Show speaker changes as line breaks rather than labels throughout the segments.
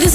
this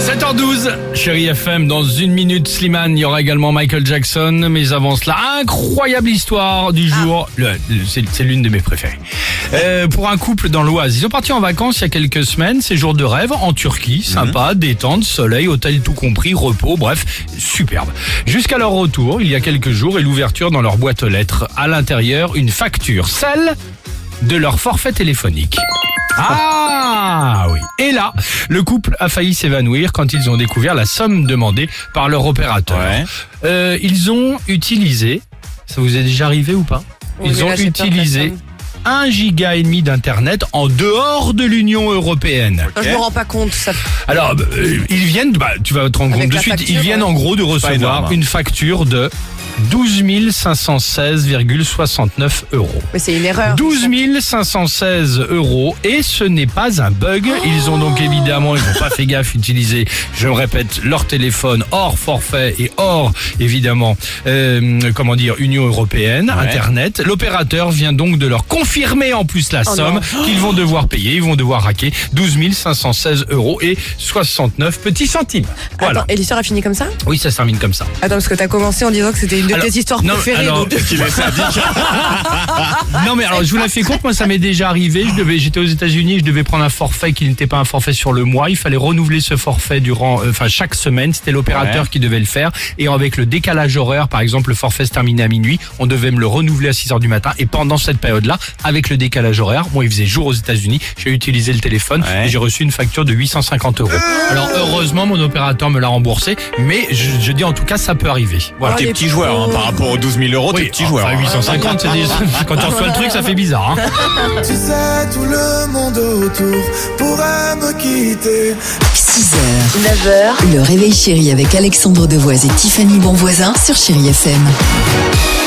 7h12, chérie FM, dans une minute, Slimane, il y aura également Michael Jackson, mais avant cela, incroyable histoire du jour, Le- le- c'est c'est l'une de mes préférées. Euh, pour un couple dans l'Oise, ils sont partis en vacances il y a quelques semaines, séjour de rêve en Turquie, sympa, détente, soleil, hôtel tout compris, repos, bref, superbe. Jusqu'à leur retour, il y a quelques jours, et l'ouverture dans leur boîte aux lettres, à l'intérieur, une facture, celle de leur forfait téléphonique. Ah oui. Et là, le couple a failli s'évanouir quand ils ont découvert la somme demandée par leur opérateur. Euh, ils ont utilisé, ça vous est déjà arrivé ou pas Ils ont utilisé un giga et demi d'internet en dehors de l'Union européenne.
Je me rends pas compte. Ça...
Alors, euh, ils viennent, bah, tu vas te rendre compte
Avec
de
la
suite,
facture,
ils viennent
ouais.
en gros de recevoir
énorme, hein.
une facture de 12 516,69 euros.
Mais c'est une erreur.
12 516 euros et ce n'est pas un bug. Ils ont donc évidemment, ils n'ont pas fait gaffe, utilisé, je le répète, leur téléphone hors forfait et hors, évidemment, euh, comment dire, Union Européenne, Internet. L'opérateur vient donc de leur confirmer en plus
Oh
la somme qu'ils vont devoir payer. Ils vont devoir hacker 12 516 euros et 69 petits centimes. Voilà.
Attends, et l'histoire a fini comme ça
Oui, ça se termine comme ça.
Attends, parce que t'as commencé en disant que c'était une de
Alors,
tes histoires
non,
préférées.
alors-
donc-
Non mais alors je vous la fais compte, moi ça m'est déjà arrivé. Je devais, j'étais aux États-Unis, je devais prendre un forfait qui n'était pas un forfait sur le mois. Il fallait renouveler ce forfait durant, euh, enfin chaque semaine. C'était l'opérateur qui devait le faire. Et avec le décalage horaire, par exemple, le forfait se terminait à minuit. On devait me le renouveler à 6 heures du matin. Et pendant cette période-là, avec le décalage horaire, moi il faisait jour aux États-Unis. J'ai utilisé le téléphone
Ouais.
et j'ai reçu une facture de 850 euros. Alors heureusement, mon opérateur me l'a remboursé. Mais je, je dis en tout cas, ça peut arriver.
Oh,
Voilà.
t'es petit joueur hein, par rapport aux 12 000 euros, t'es petit joueur.
enfin,
hein.
850, c'est déjà- quand tu reçois le truc, ça fait bizarre. hein.
Ah, Tu sais, tout le monde autour pourrait me quitter.
6h, 9h, le réveil chéri avec Alexandre Devoise et Tiffany Bonvoisin sur Chérie FM.